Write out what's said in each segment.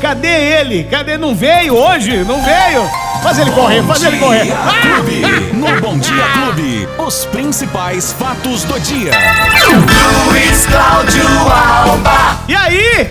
Cadê ele? Cadê? Não veio hoje? Não veio? Faz ele correr, faz ele correr. Ah, Clube. No Bom Dia Clube, os principais fatos do dia. Luiz Cláudio Alba. E aí?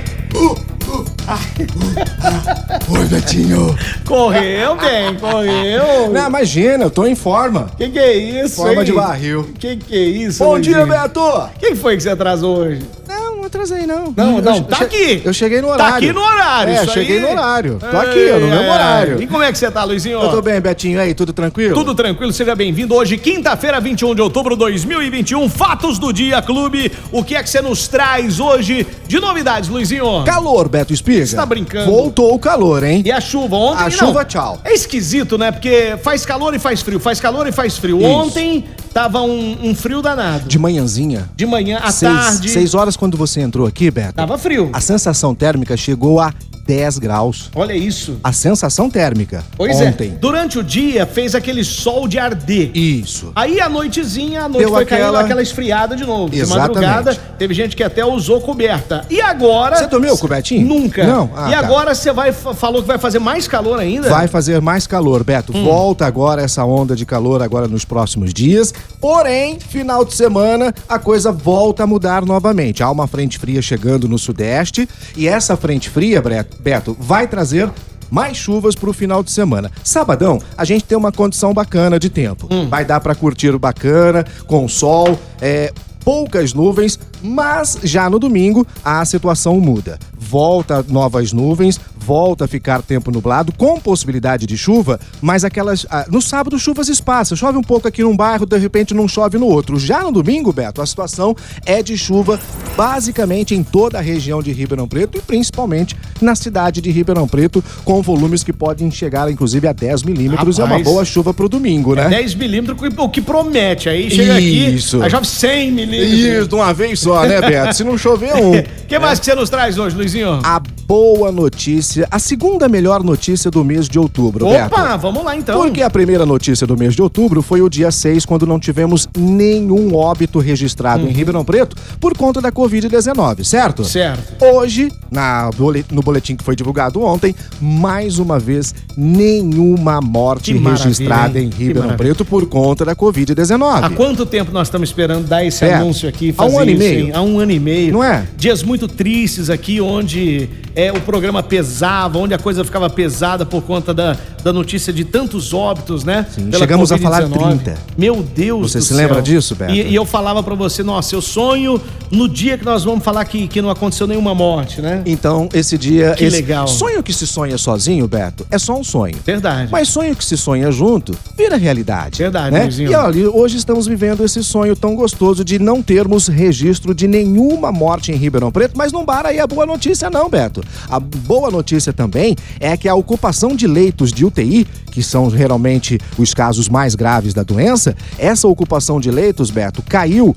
Oi, Betinho. Correu, bem, correu. Não, imagina, eu tô em forma. Que que é isso, Forma hein? de barril. Que que é isso, Bom Luizinho? dia, Beto. Quem foi que você atrasou hoje? Não, não atrasei, não. Não, Eu não, che- tá che- aqui. Eu cheguei no horário. Tá aqui no horário, É, isso cheguei aí. no horário. Tô aqui, ó, no meu Ai, ai. E horário. como é que você tá, Luizinho? Eu tô bem, Betinho. E aí, tudo tranquilo? Tudo tranquilo, seja bem-vindo. Hoje, quinta-feira, 21 de outubro de 2021, Fatos do Dia Clube. O que é que você nos traz hoje de novidades, Luizinho? Calor, Beto Espiga. Você tá brincando? Voltou o calor, hein? E a chuva ontem? A não. chuva, tchau. É esquisito, né? Porque faz calor e faz frio, faz calor e faz frio. Isso. Ontem tava um, um frio danado. De manhãzinha. De manhã à seis, tarde. seis horas quando você entrou aqui, Beto. Tava frio. A sensação térmica chegou a 10 graus. Olha isso. A sensação térmica. Pois é. ontem. Durante o dia fez aquele sol de arder. Isso. Aí a noitezinha, a noite Deu foi aquela- caindo aquela esfriada de novo. De Exatamente. madrugada, teve gente que até usou coberta. E agora. Você tomou cobertinho? Nunca. Não? Ah, e tá. agora você vai falou que vai fazer mais calor ainda? Vai fazer mais calor, Beto. Volta agora essa onda de calor agora nos próximos dias. Porém, final de semana, a coisa volta a mudar novamente. Há uma frente fria chegando no sudeste e essa frente fria, Bre- Beto, vai trazer mais chuvas pro final de semana. Sabadão, a gente tem uma condição bacana de tempo. Vai dar pra curtir o bacana, com sol, é, poucas nuvens, mas já no domingo a situação muda. Volta novas nuvens, volta a ficar tempo nublado, com possibilidade de chuva, mas aquelas. ah, no sábado, chuvas espaças. Chove um pouco aqui num bairro, de repente não chove no outro. Já no domingo, Beto, a situação é de chuva basicamente em toda a região de Ribeirão Preto e principalmente na cidade de Ribeirão Preto, com volumes que podem chegar inclusive a 10 milímetros. É uma Rapaz. boa chuva pro domingo, né? 10 milímetros, o que promete. Aí chega Isso. aqui, aí chove 100 milímetros. Isso, de uma vez só, né, Beto? Se não chover um. O que mais que você nos traz hoje, Luizinho? a boa notícia, a segunda melhor notícia do mês de outubro, Beto. Opa, vamos lá então. Porque a primeira notícia do mês de outubro foi o dia 6, quando não tivemos nenhum óbito registrado em Ribeirão Preto por conta da Covid-19, certo? Uhum. Certo. Hoje, na bole- no boletim que foi divulgado ontem, mais uma vez, nenhuma morte Que maravilha, registrada hein? em Que Ribeirão maravilha. Preto por conta da Há Covid-19. quanto tempo nós estamos esperando dar esse É, anúncio aqui? há um fazer ano e isso, meio. hein? Há um ano e meio. Não é? Dias muito tristes aqui, onde é, o programa pesava, onde a coisa ficava pesada por conta da, da notícia de tantos óbitos, né? Sim, chegamos a falar 30. Meu Deus Você do se céu. lembra disso, Beto? E, e eu falava pra você, nossa, eu sonho no dia que nós vamos falar que, que não aconteceu nenhuma morte, né? Então, esse dia. Que esse- legal. Sonho que se sonha sozinho, Beto, é só um sonho. Verdade. Mas sonho que se sonha junto vira realidade. Verdade, né? Luizinho. E olha, hoje estamos vivendo esse sonho tão gostoso de não termos registro de nenhuma morte em Ribeirão Preto, mas não para aí a boa notícia, não, Beto. A boa notícia também é que a ocupação de leitos de UTI, que são geralmente os casos mais graves da doença, essa ocupação de leitos, Beto, caiu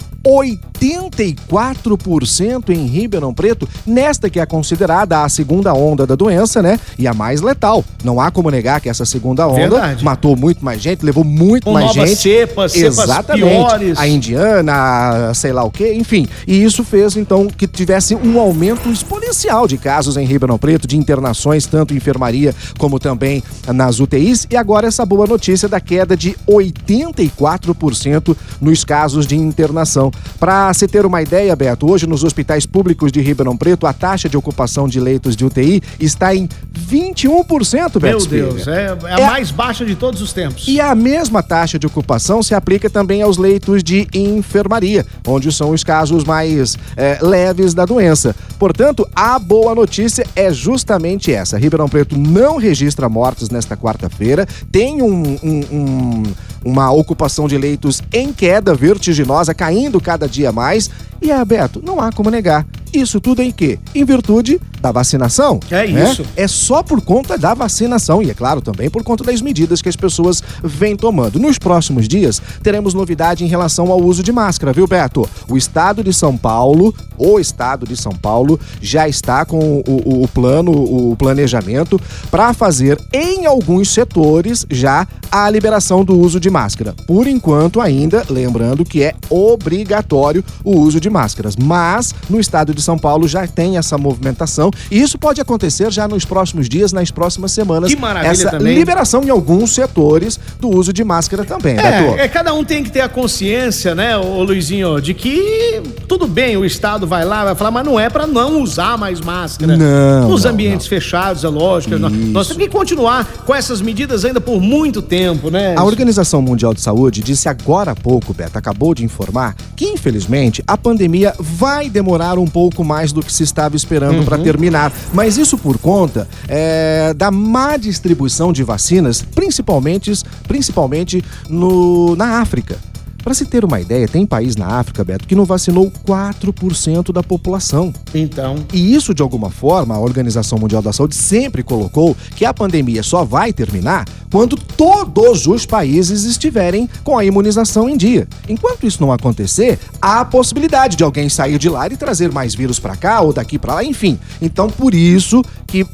84% em Ribeirão Preto, nesta que é considerada a segunda onda da doença, né? E a mais letal. Não há como negar que essa segunda onda Verdade. matou muito mais gente, levou muito Com mais novas gente. cepas, cepas Exatamente. piores. A indiana, a sei lá o quê, enfim. E isso fez, então, que tivesse um aumento exponencial de casos em Ribeirão Preto, de internações, tanto em enfermaria como também nas UTIs. E agora essa boa notícia da queda de 84% nos casos de internação. Para se ter uma ideia, Beto, hoje nos hospitais públicos de Ribeirão Preto, a taxa de ocupação de leitos de UTI está em 21%, Beto. Meu Espiga. Deus, é, é a É- mais baixa de todos os tempos. E a mesma taxa de ocupação se aplica também aos leitos de enfermaria, onde são os casos mais eh, leves da doença. Portanto, a boa notícia é justamente essa. Ribeirão Preto não registra mortes nesta quarta-feira, tem um- um- um- uma ocupação de leitos em queda vertiginosa, caindo cada dia mais. E, ah, Beto, não há como negar. Isso tudo em quê? Em virtude da vacinação. É né? isso. é só por conta da vacinação e, é claro, também por conta das medidas que as pessoas vêm tomando. Nos próximos dias, teremos novidade em relação ao uso de máscara, viu, Beto? O estado de São Paulo, o estado de São Paulo, já está com o, o- o plano, o planejamento para fazer em alguns setores já a liberação do uso de máscara. Por enquanto, ainda, lembrando que é obrigatório o uso de máscaras, mas no estado de São São Paulo já tem essa movimentação. E isso pode acontecer já nos próximos dias, nas próximas semanas. Que maravilha essa também. liberação em alguns setores do uso de máscara também, Beto. É, é, cada um tem que ter a consciência, né, ô Luizinho, de que tudo bem, o Estado vai lá, vai falar, mas não é pra não usar mais máscara. Não, Nos não, ambientes fechados, é lógico. é nó- Nós temos que continuar com essas medidas ainda por muito tempo, né? A Organização Mundial de Saúde disse agora há pouco, Beto, acabou de informar que, infelizmente, a pandemia vai demorar um pouco mais do que se estava esperando para terminar. Mas isso por conta é, da má distribuição de vacinas, principalmente, principalmente no- na África. Para se ter uma ideia, tem país na África, Beto, que não vacinou 4% da população. Então, E isso, de alguma forma, a Organização Mundial da Saúde sempre colocou que a pandemia só vai terminar quando todos os países estiverem com a imunização em dia. Enquanto isso não acontecer, há a possibilidade de alguém sair de lá e trazer mais vírus para cá ou daqui para lá, enfim. Então, por isso que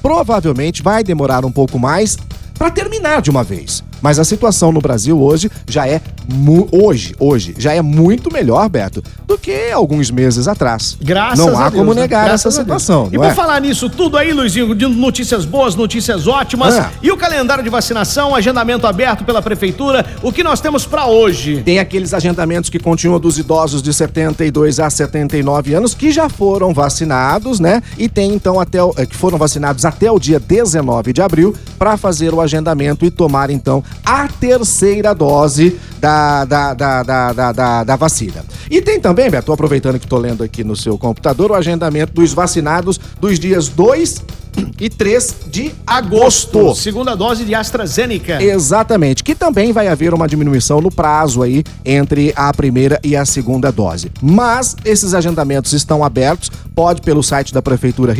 provavelmente vai demorar um pouco mais para terminar de uma vez. Mas a situação no Brasil hoje já é mu- hoje, hoje já é muito melhor, Beto, do que alguns meses atrás. Graças Não há a Deus, como né? negar Graças essa a Deus. situação, E não por é? falar nisso tudo aí, Luizinho, de notícias boas, notícias ótimas. Ah. E o calendário de vacinação, agendamento aberto pela prefeitura. O que nós temos pra hoje? Tem aqueles agendamentos que continuam dos idosos de 72 a 79 anos que já foram vacinados, né? E tem então até o, eh, que foram vacinados até o dia 19 de abril para fazer o agendamento e tomar então a terceira dose da, da, da, da, da, da- da vacina. E tem também, Beto, aproveitando que estou lendo aqui no seu computador, o agendamento dos vacinados dos dias 2 e 3 de agosto. Segunda dose de AstraZeneca. Exatamente, que também vai haver uma diminuição no prazo aí entre a primeira e a segunda dose. Mas esses agendamentos estão abertos, pode pelo site da prefeitura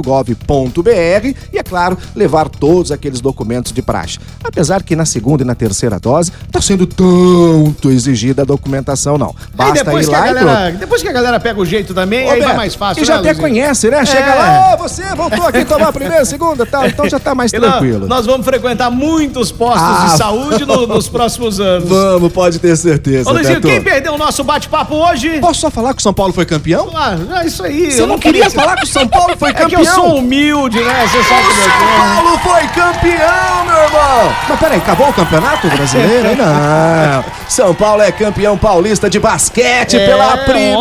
ribeirãopreto.sp.gov.br e é claro, levar todos aqueles documentos de praxe. Apesar que na segunda e na terceira dose não está sendo tanto exigida a documentação não. Aí Basta depois ir que, a lá e galera, depois que a galera pega o jeito também, Ô, aí vai Beto, mais fácil. E já né, até Luizinho? conhece, né? Chega É. lá, "Ô, você voltou aqui tomar a primeira, segunda, tal. Então já tá mais E nós- tranquilo. Nós vamos frequentar muitos postos de Ah. saúde no- nos próximos anos. Vamos, pode ter certeza. Ô, Luizinho, Beto. quem perdeu o nosso bate-papo hoje? Posso só falar que o São Paulo foi campeão? Ah, é isso aí. Você eu não queria queria- falar que o São Paulo foi É que eu campeão? sou humilde, né? Você sabe como é que é. Paulo foi campeão, meu irmão! Mas peraí, acabou o campeonato brasileiro? Não. São Paulo é campeão paulista de basquete É, pela primeira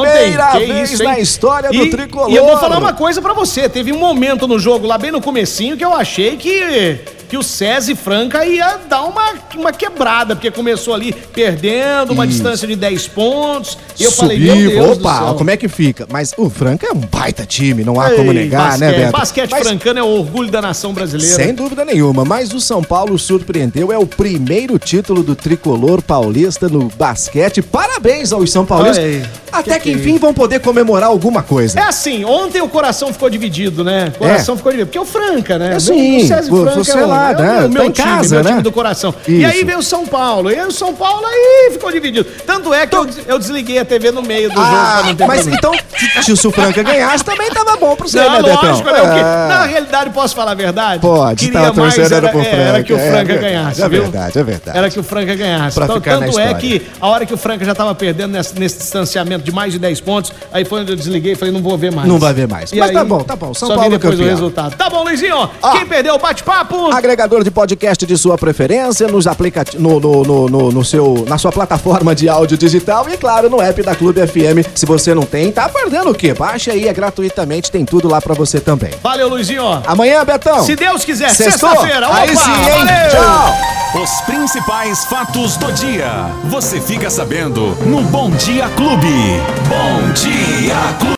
ontem, que vez isso, hein? na história do E- tricolor. E eu vou falar uma coisa pra você. Teve um momento no jogo lá bem no comecinho que eu achei que que o SESI Franca ia dar uma, uma quebrada, porque começou ali perdendo uma distância de 10 pontos. E eu falei, meu Deus opa, do céu. como é que fica? Mas o Franca é um baita time, não há como Ei, negar, basquete, né, Beto? Basquete Mas francano é o orgulho da nação brasileira. Sem dúvida nenhuma, mas o São Paulo surpreendeu, é o primeiro título do tricolor paulista no basquete. Parabéns aos São Paulistas. Olha aí. Até que, enfim vão poder comemorar alguma coisa. É assim, ontem o coração ficou dividido, né? O coração ficou dividido. Porque é o Franca, né? É sim, o César pô, Franca você é o- lá, é o né? meu, Tá em time, casa, meu né? time do coração. E Isso. aí veio o São Paulo. E aí o São Paulo aí ficou dividido. Tanto é que eu, eu desliguei a TV no meio do jogo. pra Ah, não ter mas problema. então, se, se o Franca ganhasse, também tava bom pro você, Não, né, Betão? lógico, né? O que- É. Na realidade, posso falar a verdade? Pode, tava torcendo era, era pro é, era que o Franca, é Franca verdade, ganhasse, é viu? verdade, é verdade. Era que o Franca ganhasse. Pra Então, ficar na tanto é história. que a hora que o Franca já tava perdendo nesse, nesse distanciamento de mais de 10 pontos, aí foi onde eu desliguei e falei, não vou ver mais. Não vai ver mais. Mas tá bom, tá bom. São só vi Paulo depois campeão. o resultado. Tá bom, Luizinho. Ó. Quem perdeu o bate-papo... Agregador de podcast de sua preferência, nos aplicati- no, no, no, no- no seu, na sua plataforma de áudio digital e, claro, no app da Clube FM. Se você não tem, tá perdendo o quê? Baixa aí, é gratuitamente, tem tudo lá pra você também. Valeu, Luizinho. Amanhã, Betão. Se Deus quiser, Ah, Sextou? sexta-feira. Opa, Aí sim, hein? valeu. Tchau. Os principais fatos do dia. Você fica sabendo no Bom Dia Clube. Bom Dia Clube.